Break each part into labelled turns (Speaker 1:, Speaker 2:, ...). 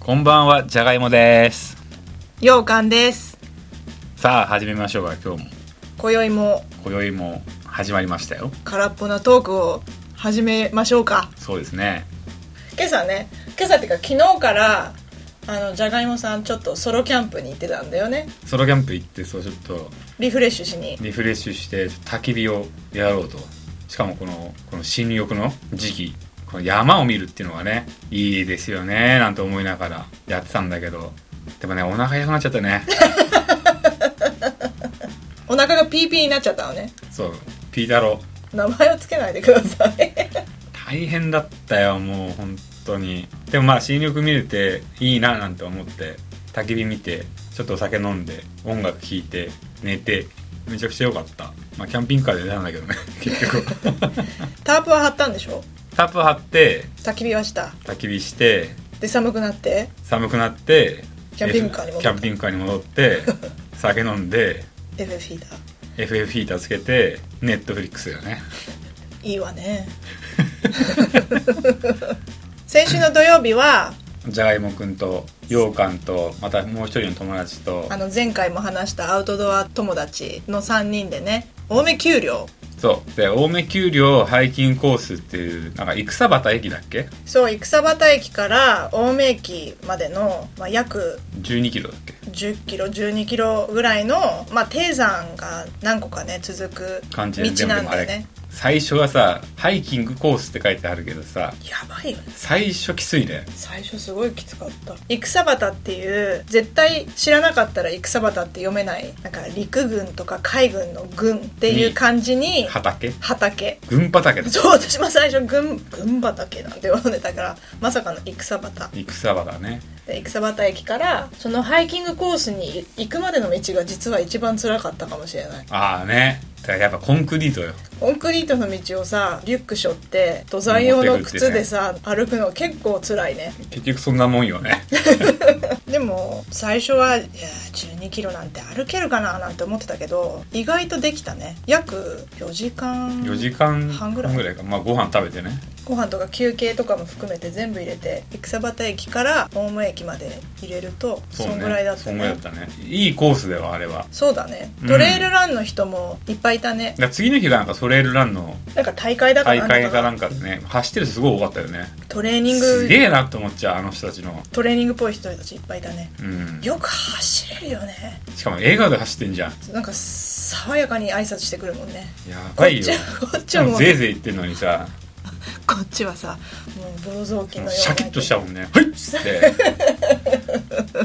Speaker 1: こんばんはじゃがいもです
Speaker 2: ようかんです
Speaker 1: さあ始めましょうか今日も
Speaker 2: 今宵も
Speaker 1: 今宵も始まりましたよ
Speaker 2: 空っぽなトークを始めましょうか
Speaker 1: そうですね
Speaker 2: 今朝ね今朝っていうか昨日からあのじゃがいもさんちょっとソロキャンプに行ってたんだよね
Speaker 1: ソロキャンプ行ってそうちょっと
Speaker 2: リフレッシュしに
Speaker 1: リフレッシュして焚き火をやろうとしかもこのこの新緑の時期この山を見るっていうのがねいいですよねなんて思いながらやってたんだけどでもねお腹痛くなっちゃったね
Speaker 2: お腹がピーピーになっちゃったのね
Speaker 1: そうピータロ
Speaker 2: 名前をつけないでください
Speaker 1: 大変だったよもう本当にでもまあ新緑見れていいななんて思って焚き火見てちょっとお酒飲んで音楽聴いて寝てめちゃくちゃ良かったまあキャンピングカーで寝たんだけどね 結 局
Speaker 2: タープは張ったんでしょ
Speaker 1: タープ張って
Speaker 2: 焚き火はした
Speaker 1: 焚き火して
Speaker 2: で寒くなって
Speaker 1: 寒くなって
Speaker 2: キャンピングカーに戻った
Speaker 1: キャンピングカーに戻って 酒飲んで
Speaker 2: FF ヒーター
Speaker 1: FF ヒーターつけてネットフリックスよね
Speaker 2: いいわね 先週の土曜日は
Speaker 1: じゃがいもくんとようかんとまたもう一人の友達と
Speaker 2: あの前回も話したアウトドア友達の3人でね青梅丘陵
Speaker 1: そうで青梅丘陵ハイキングコースっていうなんか戦畑駅だっけ
Speaker 2: そう戦畑駅から青梅駅までの、まあ、約
Speaker 1: 12キロだっけ
Speaker 2: 1 0キロ1 2キロぐらいの、まあ、低山が何個かね続く
Speaker 1: 感じで
Speaker 2: 道な
Speaker 1: で
Speaker 2: ん
Speaker 1: もあ
Speaker 2: で
Speaker 1: れ
Speaker 2: ね
Speaker 1: 最初はさハイキングコースって書いてあるけどさ
Speaker 2: やばいよね
Speaker 1: 最初きついね
Speaker 2: 最初すごいきつかった戦畑っていう絶対知らなかったら戦畑って読めないなんか陸軍とか海軍の軍っていう感じに
Speaker 1: 畑
Speaker 2: 畑
Speaker 1: 群畑だ
Speaker 2: そう私も最初群群馬だけなんて呼んでたからまさかの戦畑
Speaker 1: 戦畑ね
Speaker 2: で戦畑駅からそのハイキングコースに行くまでの道が実は一番辛かったかもしれない
Speaker 1: ああねだからやっぱコンクリートよ
Speaker 2: コンクリートの道をさリュック背負って登山用の靴でさ、歩くの結構辛いね
Speaker 1: 結局そんなもんよね
Speaker 2: でも最初はいや1 2キロなんて歩けるかななんて思ってたけど意外とできたね約4時間
Speaker 1: 4時間半
Speaker 2: 半
Speaker 1: ぐ
Speaker 2: ぐ
Speaker 1: ら
Speaker 2: ら
Speaker 1: い
Speaker 2: い
Speaker 1: かまあご飯食べてね
Speaker 2: ご飯とか休憩とかも含めて全部入れて戦畑駅から青梅駅まで入れるとそ,、
Speaker 1: うね
Speaker 2: んぐらいだった
Speaker 1: そんぐらい
Speaker 2: ね
Speaker 1: だったねいいコースだよあれは
Speaker 2: そうだね
Speaker 1: うん
Speaker 2: トレイルランの人もいっぱいいたね
Speaker 1: だ、から次の日がなんかソレイルランの
Speaker 2: なんか大会だか
Speaker 1: 大
Speaker 2: ら
Speaker 1: 会かな
Speaker 2: か
Speaker 1: んかでね走ってる人すごい多かったよね
Speaker 2: トレーニン
Speaker 1: す
Speaker 2: グ
Speaker 1: げえなと思っちゃうあの人たちの
Speaker 2: トレーニングっぽい人たちいっぱいいたね
Speaker 1: うん
Speaker 2: よく走れるよね
Speaker 1: しかも笑顔で走ってんじゃん
Speaker 2: なんか爽やかに挨拶してくるもんね
Speaker 1: や
Speaker 2: こ
Speaker 1: ば
Speaker 2: っ
Speaker 1: いよ
Speaker 2: ちは こっち
Speaker 1: で
Speaker 2: は
Speaker 1: も
Speaker 2: もう
Speaker 1: ぜいぜい言ってんのにさ
Speaker 2: こっちはさもうボロ雑巾のような
Speaker 1: シャキッとしたもんね「はい!」っつって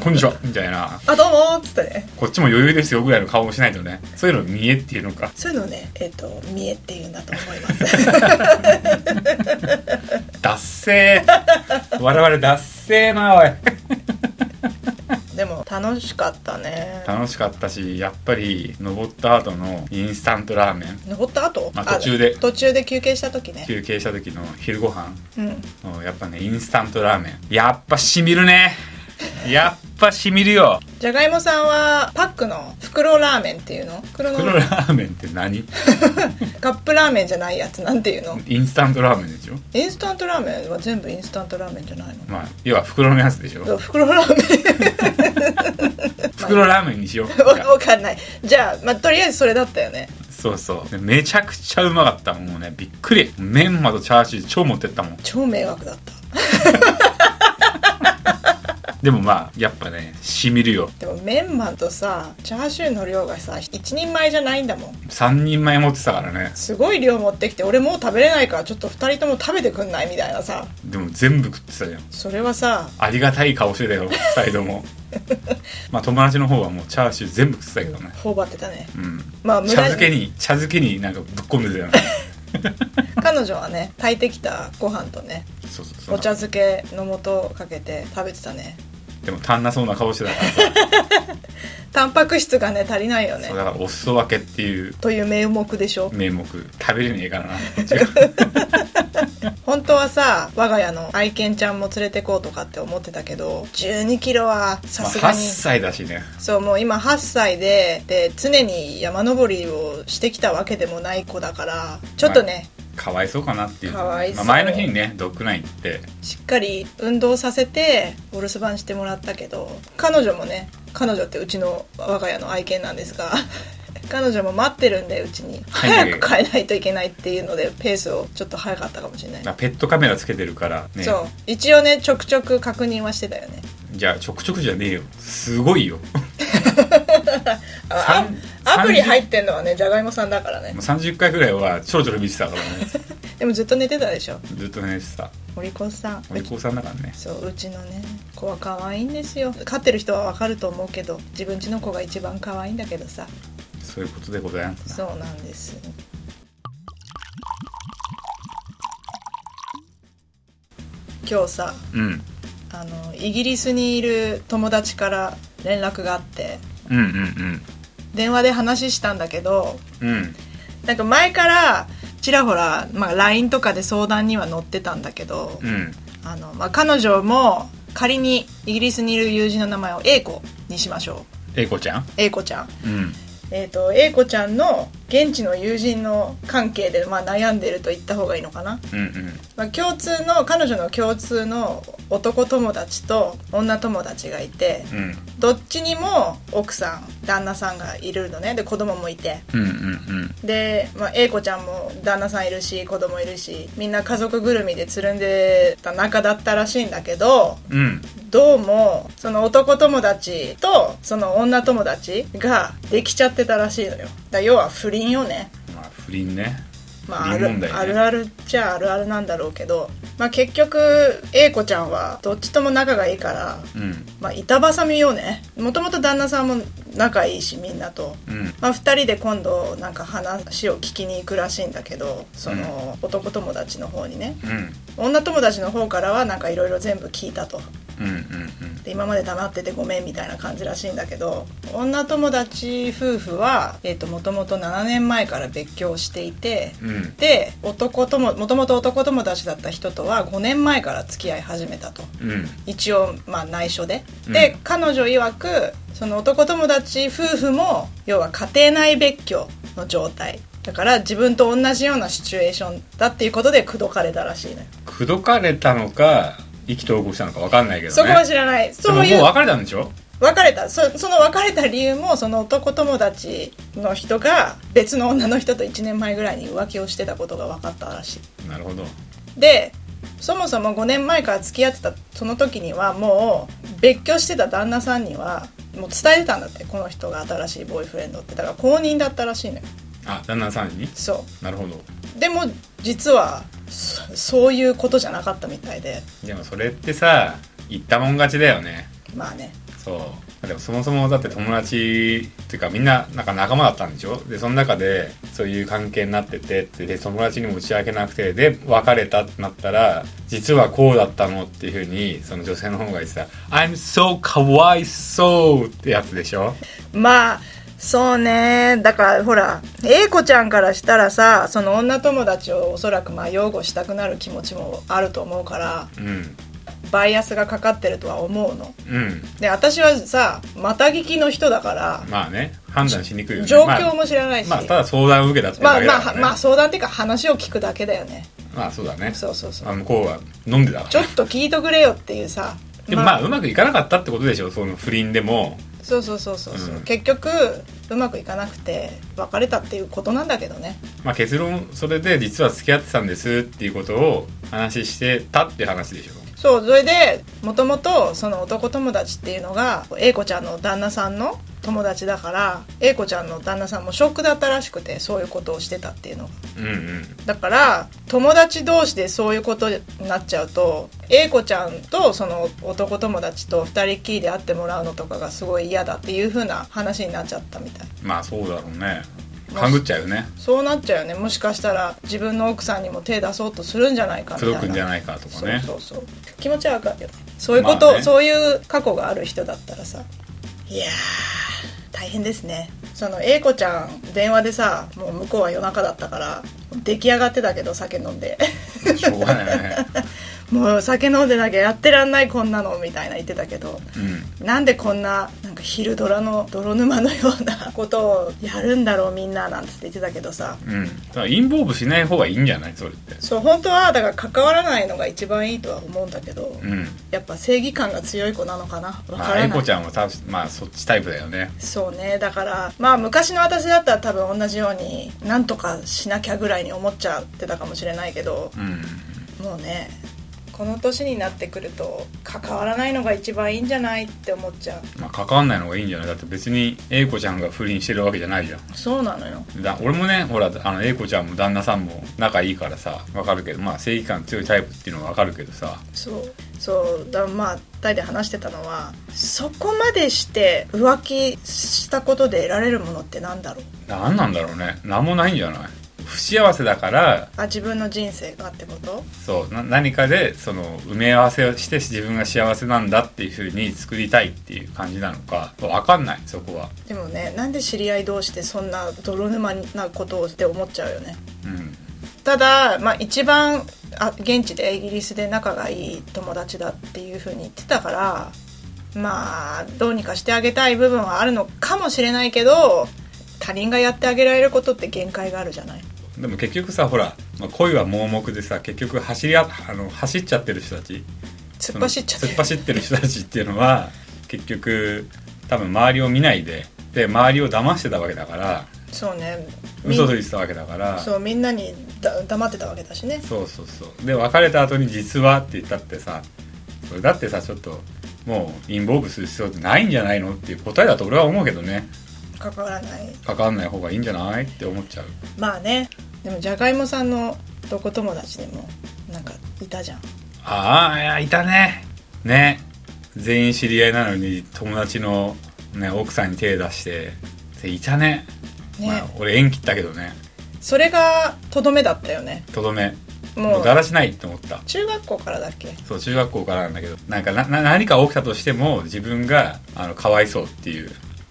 Speaker 1: 「こんにちは」みたいな
Speaker 2: あどうもーっつってね
Speaker 1: こっちも余裕ですよぐらいの顔をしないとねそういうの見えっていうのか
Speaker 2: そういうのをねえっ、と見えっていうんだと思います
Speaker 1: ダッセー我々ダッセーなおい
Speaker 2: でも楽しかったね
Speaker 1: 楽しかったしやっぱり登った後のインスタントラーメン
Speaker 2: 登った後
Speaker 1: あ途中で
Speaker 2: 途中で休憩した時ね
Speaker 1: 休憩した時の昼ご飯
Speaker 2: うん
Speaker 1: のやっぱねインスタントラーメンやっぱしみるねやっぱしみるよ
Speaker 2: じゃがいもさんはパックの袋ラーメンっていうの袋の
Speaker 1: 黒ラーメンって何
Speaker 2: カップラーメンじゃないやつなんていうの
Speaker 1: インスタントラーメンでしょ
Speaker 2: インスタントラーメンは全部インスタントラーメンじゃないの
Speaker 1: まあ要は袋のやつでしょ
Speaker 2: 袋ラーメ
Speaker 1: 袋ラーメンにしよ
Speaker 2: ン わわ
Speaker 1: う
Speaker 2: かんないじゃあ、まあ、とりあえずそれだったよね
Speaker 1: そうそうでめちゃくちゃうまかったもうねびっくりメンマとチャーシュー超持ってったもん
Speaker 2: 超迷惑だった
Speaker 1: でもまあやっぱねしみるよ
Speaker 2: でもメンマとさチャーシューの量がさ一人前じゃないんだもん
Speaker 1: 3人前持ってたからね
Speaker 2: すごい量持ってきて俺もう食べれないからちょっと2人とも食べてくんないみたいなさ
Speaker 1: でも全部食ってたじゃん
Speaker 2: それはさ
Speaker 1: ありがたい顔してたよ2人と もまあ友達の方はもうチャーシュー全部食ってたけどね
Speaker 2: 頬張ってたね
Speaker 1: うん
Speaker 2: まあ無
Speaker 1: 茶
Speaker 2: 駄
Speaker 1: 漬け
Speaker 2: に
Speaker 1: に茶漬けになんかぶっ込んでたよね
Speaker 2: 彼女はね炊いてきたご飯とね
Speaker 1: そうそうそう
Speaker 2: お茶漬けの素をかけて食べてたね
Speaker 1: でも足んなそうな顔してたからさ
Speaker 2: タンパク質がね足りないよね
Speaker 1: そうだからお裾分けっていう
Speaker 2: という名目でしょ
Speaker 1: 名目食べれねえからな
Speaker 2: 本当はさ我が家の愛犬ちゃんも連れてこうとかって思ってたけど1 2キロは さ
Speaker 1: まあ
Speaker 2: すが
Speaker 1: 8
Speaker 2: に、
Speaker 1: 歳だしね
Speaker 2: そうもう今8歳でで常に山登りをしてきたわけでもない子だからちょっとね、
Speaker 1: かわいそうかなっていう
Speaker 2: かわいそう
Speaker 1: まあ、前の日にねドッグライン行って
Speaker 2: しっかり運動させてお留守番してもらったけど彼女もね彼女ってうちの我が家の愛犬なんですが 彼女も待ってるんでうちに
Speaker 1: はい
Speaker 2: 早く帰らないといけないっていうのでペースをちょっと早かったかもしれない、
Speaker 1: まあペットカメラつけてるからね
Speaker 2: そう一応ねちょくちょく確認はしてたよね
Speaker 1: じゃあちょくちょくじゃねえよすごいよ
Speaker 2: あ
Speaker 1: さん
Speaker 2: アプリ入っ
Speaker 1: 30
Speaker 2: てんのはねじゃがいもさんだからね
Speaker 1: もう30回ぐらいはちょろちょろ見てたからね
Speaker 2: でもずっと寝てたでしょ
Speaker 1: ずっとねしてた
Speaker 2: お利口さん
Speaker 1: お利口さんだからね
Speaker 2: そううちのね子は可愛いんですよ飼ってる人はわかると思うけど自分家の子が一番可愛いんだけどさ
Speaker 1: そういうことでございますな
Speaker 2: そうなんです今日さ
Speaker 1: うん
Speaker 2: あのイギリスにいる友達から連絡があって
Speaker 1: うんうん
Speaker 2: 電話で話したんだけど
Speaker 1: うんうん
Speaker 2: なんか前からちらほら、まあ、LINE とかで相談には乗ってたんだけど、
Speaker 1: うん
Speaker 2: あのまあ、彼女も仮にイギリスにいる友人の名前を A 子にしましょう
Speaker 1: 英子ちゃん
Speaker 2: A 子ちゃん
Speaker 1: うん
Speaker 2: えー、と A 子ちゃんの現地の友人の関係で、まあ、悩んでると言った方がいいのかな、
Speaker 1: うんうん
Speaker 2: まあ、共通の彼女の共通の男友達と女友達がいて
Speaker 1: うん
Speaker 2: どっちにも奥さん旦那さんがいるのねで子供もいて
Speaker 1: うんうん
Speaker 2: で、まあ、A 子ちゃんも旦那さんいるし子供いるしみんな家族ぐるみでつるんでた仲だったらしいんだけど
Speaker 1: うんうん
Speaker 2: どうもその男友達とその女友達ができちゃってたらしいのよだから要は不倫よね
Speaker 1: まあ不倫ね
Speaker 2: まあ、あ
Speaker 1: 不
Speaker 2: る
Speaker 1: 倫問題ね
Speaker 2: あるあるっちゃあるあるなんだろうけど、まあ、結局 A 子ちゃんはどっちとも仲がいいから、
Speaker 1: うん
Speaker 2: まあ、板挟みよねもともと旦那さんも仲いいしみんなと、
Speaker 1: うん
Speaker 2: まあ、2人で今度なんか話を聞きに行くらしいんだけどその男友達の方にね
Speaker 1: うん
Speaker 2: 女友達の方からはなんかいろいろ全部聞いたと
Speaker 1: うんうん
Speaker 2: で今まで黙っててごめんみたいな感じらしいんだけど女友達夫婦はえーともともと7年前から別居をしていて
Speaker 1: うんうん
Speaker 2: で男とももともと男友達だった人とは5年前から付き合い始めたと
Speaker 1: うん
Speaker 2: 一応まあ内緒で、で
Speaker 1: うん
Speaker 2: 彼女曰くその男友達夫婦も要は家庭内別居の状態だから自分と同じようなシチュエーションだっていうことで口説かれたらしいのよ、
Speaker 1: 口説かれたのか意気投合したのかわかんないけどね
Speaker 2: そこは知らない
Speaker 1: で
Speaker 2: そ
Speaker 1: も
Speaker 2: うい
Speaker 1: もう
Speaker 2: う
Speaker 1: 別れたんでしょ
Speaker 2: 別れたそその別れた理由もその男友達の人が別の女の人と1年前ぐらいに浮気をしてたことが分かったらし
Speaker 1: なるほど
Speaker 2: いでそもそも5年前から付き合ってたその時にはもう別居してた旦那さんにはもう伝えてたんだってこの人が新しいボーイフレンドってだから公認だったらしいのよ
Speaker 1: あ旦那さんに
Speaker 2: そ
Speaker 1: なるほど
Speaker 2: うでも実はそそういうことじゃなかったみたいで
Speaker 1: でもそれってさ言ったもん勝ちだよね
Speaker 2: まあね
Speaker 1: そうでもそもそもだって友達っていうかみんななんか仲間だったんでしょでその中でそういう関係になっててってで友達にも打ち明けなくてで別れたってなったら実はこうだったのっていうふうにその女性の方が言ってた「I'm so かわいそう」ってやつでしょ
Speaker 2: まあそうねだからほら英子ちゃんからしたらさその女友達をおそらくまあ擁護したくなる気持ちもあると思うから
Speaker 1: うん
Speaker 2: バイアスがかかってるとは思うの
Speaker 1: うん
Speaker 2: で私はさまた聞きの人だから
Speaker 1: まあね判断しにくいよね
Speaker 2: 状況も知らないし、
Speaker 1: まあ、まあただ相談を受けたってだ
Speaker 2: まあ
Speaker 1: け
Speaker 2: ま
Speaker 1: だ
Speaker 2: あ
Speaker 1: から、ね
Speaker 2: まあ相談っていうか話を聞くだけだよね
Speaker 1: まあそうだね
Speaker 2: そうそうそう、
Speaker 1: まあ向こうは飲んでたから
Speaker 2: ちょっと聞いとくれよっていうさ
Speaker 1: でもまあうまくいかなかったってことでしょその不倫でも
Speaker 2: そうそうそうそうそう、
Speaker 1: うん
Speaker 2: 結局うまくいかなくて別れたっていうことなんだけどね
Speaker 1: まあ結論それで実は付き合ってたんですっていうことを話してたっていう話でしょ
Speaker 2: そうそれでもともとその男友達っていうのが英子ちゃんの旦那さんの友達だから英子ちゃんの旦那さんもショックだったらしくてそういうことをしてたっていうのが
Speaker 1: うんうん
Speaker 2: だから友達同士でそういうことになっちゃうと英子ちゃんとその男友達と2人っきりで会ってもらうのとかがすごい嫌だっていう風な話になっちゃったみたい
Speaker 1: まあそうだろうね勘ぐっちゃうよね
Speaker 2: そうなっちゃうよねもしかしたら自分の奥さんにも手出そうとするんじゃないかみたい
Speaker 1: 届く
Speaker 2: な
Speaker 1: んじゃないかとかね
Speaker 2: そうそうそう気持ちはわかるよねそういうこと、
Speaker 1: まあね
Speaker 2: そういう過去がある人だったらさいやー大変ですねその英子ちゃん電話でさもう向こうは夜中だったから出来上がってたけど酒飲んで
Speaker 1: しょうがないよね
Speaker 2: もう酒飲んでなきゃやってらんないこんなのみたいな言ってたけど
Speaker 1: うん
Speaker 2: なんでこんななんか昼ドラの泥沼のようなことをやるんだろうみんななんつって言ってたけどさ
Speaker 1: うん、だからインボーブしない方がいいんじゃないそれって
Speaker 2: そう本当はだから関わらないのが一番いいとは思うんだけど
Speaker 1: うん
Speaker 2: やっぱ正義感が強い子なのかなわか
Speaker 1: ま
Speaker 2: らな
Speaker 1: あ
Speaker 2: い、
Speaker 1: エコちゃんはたまあそっちタイプだよね
Speaker 2: そうねだからまあ昔の私だったら多分同じようになんとかしなきゃぐらいに思っちゃってたかもしれないけど
Speaker 1: うん
Speaker 2: もうねこの年になってくると関わらないのが一番いいんじゃないって思っちゃ
Speaker 1: まあ関わんないのがいいんじゃないだって別に英子ちゃんが不倫してるわけじゃないじゃん
Speaker 2: うそうなのよ
Speaker 1: だ俺もねほらあの英子ちゃんも旦那さんも仲いいからさわかるけどまあ正義感強いタイプっていうのはわかるけどさ
Speaker 2: そうそうだまあ2人で話してたのはそこまでして浮気したことで得られるものってなんだろう
Speaker 1: 何なんだろうね何もないんじゃない不幸せだから
Speaker 2: あ自分の人生がってこと
Speaker 1: そうな何かでその埋め合わせをして自分が幸せなんだっていうふうに作りたいっていう感じなのかわかんないそこは
Speaker 2: でもねなんで知り合い同士でそんな泥沼なことをって思っちゃうよね
Speaker 1: うん
Speaker 2: ただ、まあ、一番あ現地でイギリスで仲がいい友達だっていうふうに言ってたからまあどうにかしてあげたい部分はあるのかもしれないけど他人がやってあげられることって限界があるじゃない
Speaker 1: でも結局さほら、まあ恋は盲目でさ結局走りああの走っちゃってる人たち
Speaker 2: 突っ走っちゃって
Speaker 1: 突っ走ってる人たちっていうのは結局多分周りを見ないでで周りを騙してたわけだから
Speaker 2: そうねみん
Speaker 1: 嘘ついてたわけだから
Speaker 2: そうみんなにだ黙ってたわけだしね
Speaker 1: そうそうそうで別れた後に「実は」って言ったってさそれだってさちょっともうインボーブする必要ってないんじゃないのっていう答えだと俺は思うけどね
Speaker 2: 関わらない
Speaker 1: かかんない方がいいんじゃないって思っちゃう
Speaker 2: まあねでもじゃがいもさんのどこ友達でもなんかいたじゃん
Speaker 1: ああいやいたねね全員知り合いなのに友達の、ね、奥さんに手出してでいたね
Speaker 2: ね、
Speaker 1: まあ、俺縁切ったけどね
Speaker 2: それがとどめだったよね
Speaker 1: とどめ
Speaker 2: も
Speaker 1: も
Speaker 2: う
Speaker 1: うだらしないって思った
Speaker 2: 中学校からだっけ
Speaker 1: そう中学校からなんだけどなんかなな何か起きたとしても自分があのかわいそうっていう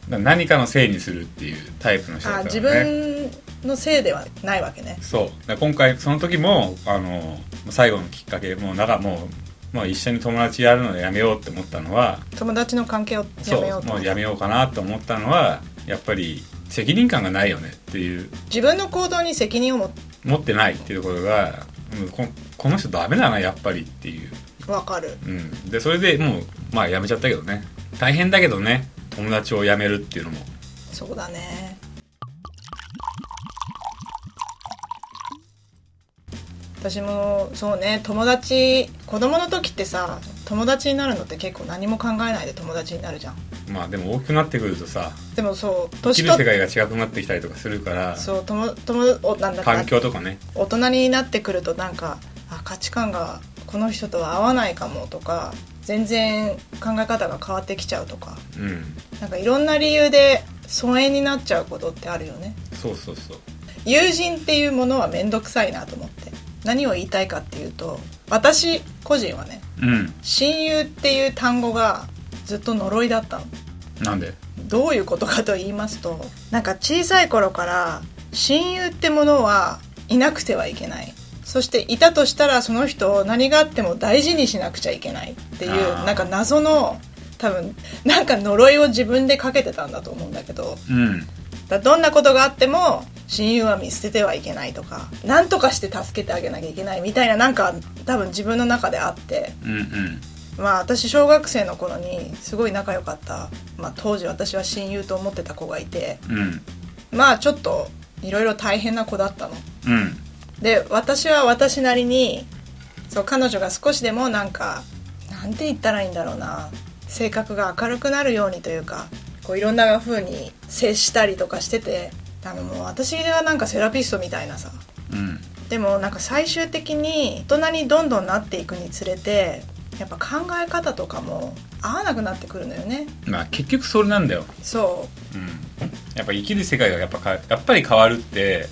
Speaker 1: な何かのせいにするっていうタイプの人だ
Speaker 2: あ
Speaker 1: った
Speaker 2: 自
Speaker 1: からね
Speaker 2: 分のせいではないわけね
Speaker 1: そうだから今回その時もあの最後のきっかけもうなんかもうもう一緒に友達やるのやめようって思ったのは
Speaker 2: 友達の関係をやめよ
Speaker 1: そうう
Speaker 2: と
Speaker 1: もうやめようかなと思ったのはやっぱり責任感がないよねっていう
Speaker 2: 自分の行動に責任をも
Speaker 1: 持ってないっていうところが、うんここの人ダメだなやっぱりっていう
Speaker 2: 分かる
Speaker 1: うん、でそれでもうまあ辞めちゃったけどね大変だけどね友達を辞めるっていうのも
Speaker 2: そうだね私もそうね友達子供の時ってさ友達になるのって結構何も考えないで友達になるじゃん
Speaker 1: まあでも大きくなってくるとさ
Speaker 2: でもそう
Speaker 1: 生き
Speaker 2: 年
Speaker 1: る
Speaker 2: と
Speaker 1: 世界が違くなってきたりとかするから
Speaker 2: そう友友おなんだ
Speaker 1: 環境とかね
Speaker 2: 大人になってくるとなんかあ価値観がこの人とは合わないかもとか全然考え方が変わってきちゃうとか
Speaker 1: うん
Speaker 2: なんかいろんな理由で疎遠になっちゃうことってあるよね
Speaker 1: そうそうそう
Speaker 2: 友人っていうものは面倒くさいなと思って何を言いたいかっていうと私個人はね
Speaker 1: うん
Speaker 2: 親友っていう単語がずっと呪いだったの
Speaker 1: なんで
Speaker 2: どういうことかと言いますとなんか小さい頃から親友ってものはいなくてはいけないそしていたとしたらその人を何があっても大事にしなくちゃいけないっていう
Speaker 1: あー
Speaker 2: なんか謎の多分なんか呪いを自分でかけてたんだと思うんだけど
Speaker 1: うん
Speaker 2: だどんなことがあっても親友は見捨ててはいけないとか何とかして助けてあげなきゃいけないみたいななんか多分自分の中であって
Speaker 1: うんうん
Speaker 2: まあ私小学生の頃にすごい仲良かった、まあ、当時私は親友と思ってた子がいて
Speaker 1: うん
Speaker 2: まあちょっといろいろ大変な子だったの
Speaker 1: うん
Speaker 2: で私は私なりにそう彼女が少しでもなんかなんて言ったらいいんだろうな性格が明るくなるようにというかこういろんな風に接したりとかしててあのもう私がなんかセラピストみたいなさ
Speaker 1: うん
Speaker 2: でもなんか最終的に大人にどんどんなっていくにつれてやっぱ考え方とかも合わなくなってくるのよね
Speaker 1: まあ結局それなんだよ
Speaker 2: そ
Speaker 1: うんやっぱ生きる世界がやっぱかやっぱり変わるって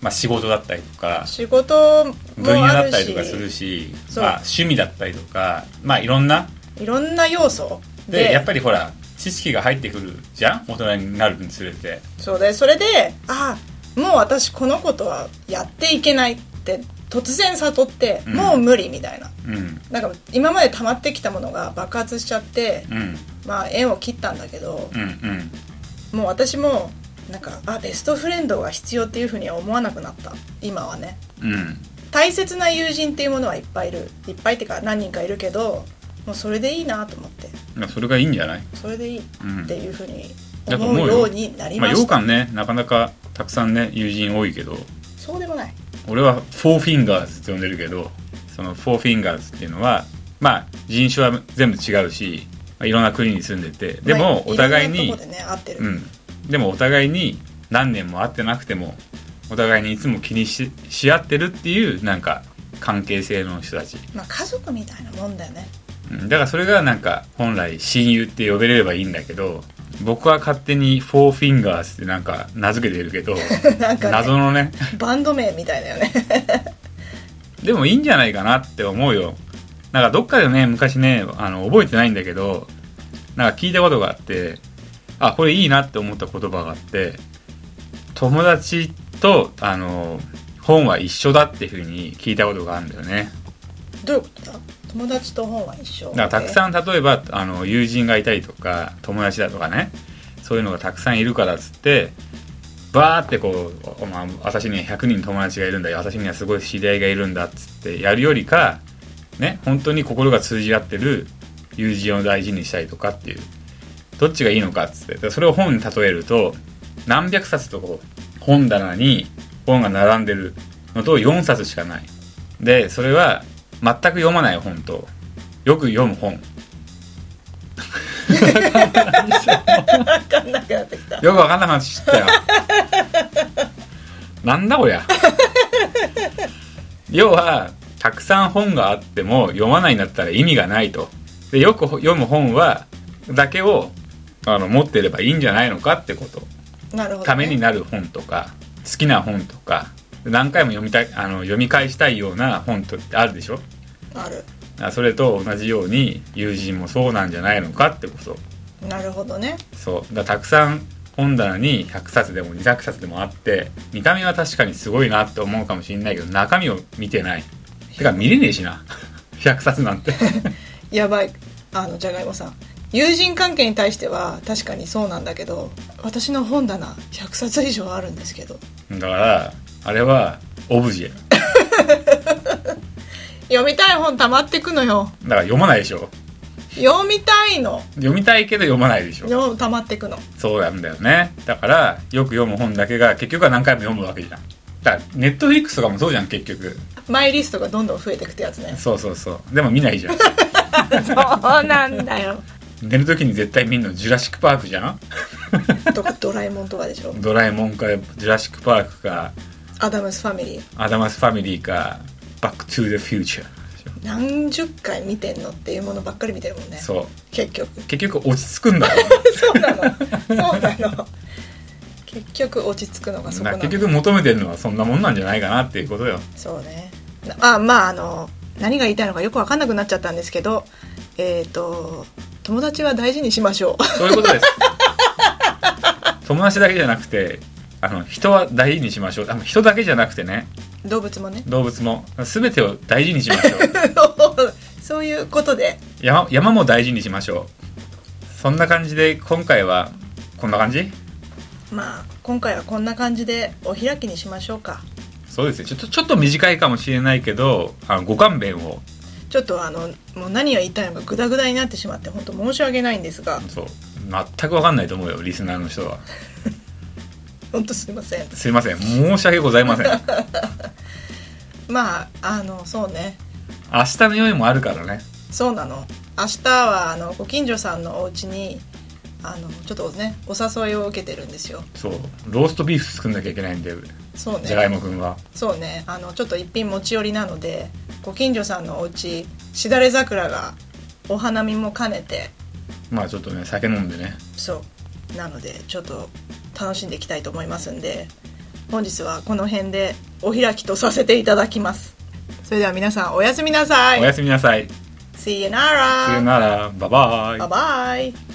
Speaker 1: まあ仕事だったりとか
Speaker 2: う仕事も
Speaker 1: 分野
Speaker 2: あ
Speaker 1: だ
Speaker 2: る
Speaker 1: ったり
Speaker 2: し
Speaker 1: とかするし
Speaker 2: そう
Speaker 1: まあ趣味だったりとかまあいろんない
Speaker 2: ろんな要素
Speaker 1: でやっぱりほら知識が入ってくるじゃん大人になるにつれて
Speaker 2: そうでそれであもう私このことはやっていけないって突然悟って、
Speaker 1: うん
Speaker 2: もう無理みたいな
Speaker 1: うん
Speaker 2: なんか今まで溜まってきたものが爆発しちゃって
Speaker 1: うん
Speaker 2: まあ縁を切ったんだけど
Speaker 1: うんうん
Speaker 2: もう私もなんかあベストフレンドが必要っていうふうには思わなくなった今はね
Speaker 1: うん
Speaker 2: 大切な友人っていうものはいっぱいいるいっぱいっていうか何人かいるけどもうそれでいいなと思って
Speaker 1: まあそれがいいんじゃない
Speaker 2: それでいいっ
Speaker 1: うん
Speaker 2: ていうふうに
Speaker 1: だと
Speaker 2: 思
Speaker 1: 思う
Speaker 2: う
Speaker 1: よ
Speaker 2: ようになり
Speaker 1: まあ
Speaker 2: ま
Speaker 1: 羊
Speaker 2: した、
Speaker 1: 羹ねなかなかたくさんね友人多いけど
Speaker 2: そうでもない
Speaker 1: 俺はフォーフィンガーズって呼んでるけどそのフォーフィンガーズっていうのはまあ人種は全部違うし、まあ、いろんな国に住んでてで
Speaker 2: まあ
Speaker 1: もお互いに、
Speaker 2: ろんなとこでね合ってる、
Speaker 1: うん、でもお互いに何年も会ってなくてもお互いにいつも気にしし合ってるっていうなんか関係性の人たち、
Speaker 2: まあ家族みたいなもんだよね
Speaker 1: うん、だからそれがなんか本来親友って呼べればいいんだけど僕は勝手に「フォーフィンガーズ」ってなんか名付けてるけど
Speaker 2: なんか、ね、
Speaker 1: 謎のね
Speaker 2: バンド名みたいだよね
Speaker 1: でもいいんじゃないかなって思うよなんかどっかでね昔ねあの覚えてないんだけどなんか聞いたことがあってあこれいいなって思った言葉があって友達とあの本は一緒だっていうふうに聞いたことがあるんだよね
Speaker 2: どういうことだ友達と本は一緒
Speaker 1: だからたく
Speaker 2: ん
Speaker 1: さん例えばあの友人がいたりとか友達だとかねそういうのがたくさんいるからっつってバーってこうお前私には100人友達がいるんだよ私にはすごい知り合いがいるんだっつってやるよりかね本当に心が通じ合ってる友人を大事にしたりとかっていうどっちがいいのかっつってでそれを本に例えると何百冊とこう本棚に本が並んでるのと4冊しかないでそれは全く読まない本とよく読む本
Speaker 2: 分かんなくなってきた
Speaker 1: よくわかんなくなってきたよなんだこりゃ要はたくさん本があっても読まないんだったら意味がないとでよく読む本はだけをあの持ってればいいんじゃないのかってこと
Speaker 2: なるほど、ね、
Speaker 1: ためになる本とか好きな本とか何回も読みたいあの読み返したいような本とってあるでしょ
Speaker 2: ある
Speaker 1: あそれと同じように友人もそうなんじゃないのかってこと
Speaker 2: なるほどね
Speaker 1: そうだからたくさん本棚に100冊でも200冊でもあって見た目は確かにすごいなって思うかもしれないけど中身を見てないてか見れねえしな100冊なんて
Speaker 2: やばいあのじゃがいもさん友人関係に対しては確かにそうなんだけど私の本棚100冊以上あるんですけど
Speaker 1: だからあれはオブジェだか
Speaker 2: 読みたい本溜まってくのよ
Speaker 1: ら読まないでしょ
Speaker 2: 読みたいの
Speaker 1: 読みたいけど読まないでしょ
Speaker 2: でも溜まってくの
Speaker 1: そうなんだよねだからよく読む本だけが結局は何回も読むわけじゃんだからネットフリックスとかもそうじゃん結局
Speaker 2: マイリストがどんどん増えてくってやつね
Speaker 1: そうそうそうでも見ないじゃん
Speaker 2: そうなんだよ
Speaker 1: 寝る時に絶対見るの「ジュラシック・パーク」じゃん
Speaker 2: とかドラえもんとかでしょ
Speaker 1: 「ドラえもん」か「ジュラシック・パーク」か
Speaker 2: アダムスファミリー
Speaker 1: アダマスファミリーか、バックトゥーザフューチャー。
Speaker 2: 何十回見てんのっていうものばっかり見てるもんね
Speaker 1: そう。
Speaker 2: 結局
Speaker 1: 結局落ち着くんだよ。
Speaker 2: そうなのそうなの結局落ち着くのがそこなの
Speaker 1: 結局求めてるのはそんなもんなんじゃないかなっていうことよ。
Speaker 2: そうねあまああの何が言いたいのかよく分かんなくなっちゃったんですけどえっ、と友達は大事にしましょう
Speaker 1: そういうこと です。友達だけじゃなくて、あの、人は大事にしましょう。あの、人だけじゃなくてね、
Speaker 2: 動物もね
Speaker 1: 動物も、全てを大事にしまし ょう。
Speaker 2: そういうことで
Speaker 1: 山、山も大事にしましょう。そんな感じで、今回は、こんな感じ
Speaker 2: まあ今回はこんな感じでお開きにしましょうか
Speaker 1: そうですね。ちょっと、ちょっと短いかもしれないけど、あのご勘弁を。
Speaker 2: ちょっとあのもう何を言いたいのかグダグダになってしまって本当申し訳ないんですが
Speaker 1: そう。全くわかんないと思うよ、リスナーの人は。
Speaker 2: 本当すいません
Speaker 1: すいません申し訳ございません明
Speaker 2: まああのそうね
Speaker 1: 日の夜もあるからね
Speaker 2: そうなの明日はあのご近所さんのお家にあのちょっとねお誘いを受けてるんですよ
Speaker 1: そうローストビーフ作んなきゃいけないんだよ
Speaker 2: そうね
Speaker 1: じゃがいもくんは
Speaker 2: そうねあのちょっと一品持ち寄りなのでご近所さんのお家しだれ桜がお花見も兼ねて
Speaker 1: まあちょっとね酒飲んでね
Speaker 2: そうなのでちょっと楽しんでいきたいと思いますんで本日はこの辺でお開きとさせていただきますそれでは皆さんおやすみなさ
Speaker 1: お
Speaker 2: い
Speaker 1: やすみなさい
Speaker 2: See
Speaker 1: さ
Speaker 2: you
Speaker 1: よ
Speaker 2: nara
Speaker 1: ならバイバイ
Speaker 2: バイバイ